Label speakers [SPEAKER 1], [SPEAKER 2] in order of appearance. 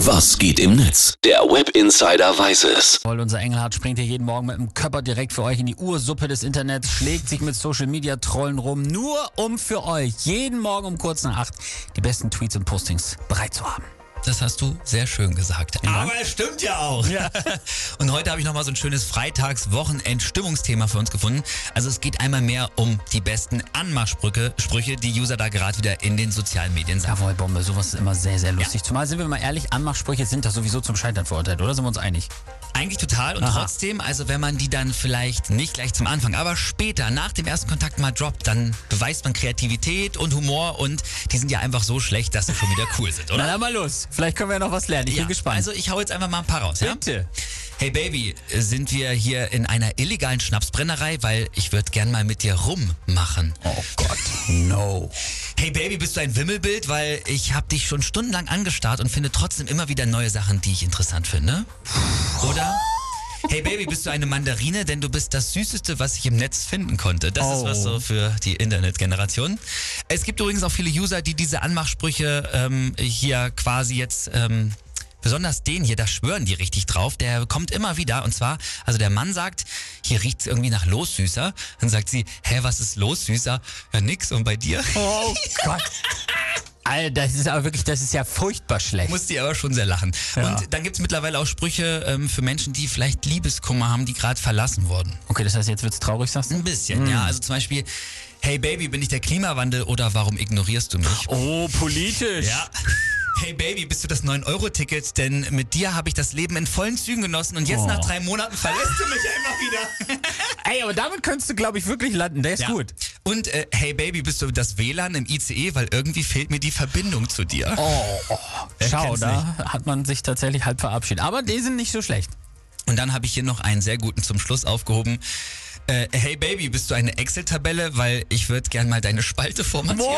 [SPEAKER 1] Was geht im Netz? Der Web Insider weiß es.
[SPEAKER 2] Voll unser Engelhardt springt hier jeden Morgen mit dem Körper direkt für euch in die Ursuppe des Internets, schlägt sich mit Social Media Trollen rum, nur um für euch jeden Morgen um kurz nach acht die besten Tweets und Postings bereit zu haben.
[SPEAKER 3] Das hast du sehr schön gesagt.
[SPEAKER 2] Dank.
[SPEAKER 3] Aber es stimmt ja auch. Und heute habe ich nochmal so ein schönes Freitags-Wochenend-Stimmungsthema für uns gefunden. Also es geht einmal mehr um die besten Anmachsprüche, Sprüche, die User da gerade wieder in den sozialen Medien sagen.
[SPEAKER 2] Jawohl, Bombe, sowas ist immer sehr, sehr lustig. Zumal sind wir mal ehrlich, Anmachsprüche sind da sowieso zum Scheitern verurteilt, oder? Sind wir uns einig?
[SPEAKER 3] Eigentlich total und
[SPEAKER 2] Aha.
[SPEAKER 3] trotzdem, also wenn man die dann vielleicht nicht gleich zum Anfang, aber später, nach dem ersten Kontakt mal droppt, dann beweist man Kreativität und Humor und die sind ja einfach so schlecht, dass sie schon wieder cool sind,
[SPEAKER 2] Na
[SPEAKER 3] oder?
[SPEAKER 2] dann mal los. Vielleicht können wir ja noch was lernen. Ich bin gespannt.
[SPEAKER 3] Also ich hau jetzt einfach mal ein paar raus, ja?
[SPEAKER 2] Bitte.
[SPEAKER 3] Hey Baby, sind wir hier in einer illegalen Schnapsbrennerei, weil ich würde gern mal mit dir rummachen.
[SPEAKER 2] oh Gott, no.
[SPEAKER 3] Hey Baby, bist du ein Wimmelbild, weil ich hab dich schon stundenlang angestarrt und finde trotzdem immer wieder neue Sachen, die ich interessant finde. Oder? Hey Baby, bist du eine Mandarine, denn du bist das Süßeste, was ich im Netz finden konnte. Das ist
[SPEAKER 2] Oh.
[SPEAKER 3] was so für die Internetgeneration. Es gibt übrigens auch viele User, die diese Anmachsprüche ähm, hier quasi jetzt, ähm, besonders den hier, da schwören die richtig drauf. Der kommt immer wieder und zwar, also der Mann sagt, hier riecht's irgendwie nach Lossüßer. Dann sagt sie, hä, was ist Lossüßer? Ja, nix. Und bei dir?
[SPEAKER 2] Oh Gott. Alter, das ist aber wirklich, das ist ja furchtbar schlecht.
[SPEAKER 3] Muss die aber schon sehr lachen.
[SPEAKER 2] Ja.
[SPEAKER 3] Und dann gibt's mittlerweile auch Sprüche ähm, für Menschen, die vielleicht Liebeskummer haben, die gerade verlassen wurden.
[SPEAKER 2] okay, das heißt, jetzt wird's traurig, sagst du?
[SPEAKER 3] Ein bisschen, ja.
[SPEAKER 2] Hm.
[SPEAKER 3] Also zum Beispiel, hey Baby, bin ich der Klimawandel oder warum ignorierst du mich?
[SPEAKER 2] Oh, politisch.
[SPEAKER 3] Ja. Hey Baby, bist du das 9-Euro-Ticket? Denn mit dir habe ich das Leben in vollen Zügen genossen und jetzt
[SPEAKER 2] Oh.
[SPEAKER 3] nach drei Monaten verlässt du mich einfach wieder.
[SPEAKER 2] Ey, aber damit könntest du, glaube ich, wirklich landen. Der ist
[SPEAKER 3] Ja.
[SPEAKER 2] gut.
[SPEAKER 3] Und äh, hey Baby, bist du das WLAN im ICE? Weil irgendwie fehlt mir die Verbindung zu dir.
[SPEAKER 2] Oh, oh.
[SPEAKER 3] Wer
[SPEAKER 2] Schau,
[SPEAKER 3] kennt's
[SPEAKER 2] da hat man sich tatsächlich halb verabschiedet. Aber die sind nicht so schlecht.
[SPEAKER 3] Und dann habe ich hier noch einen sehr guten zum Schluss aufgehoben. Äh, hey Baby, bist du eine Excel-Tabelle? Weil ich würde gern mal deine Spalte formatieren.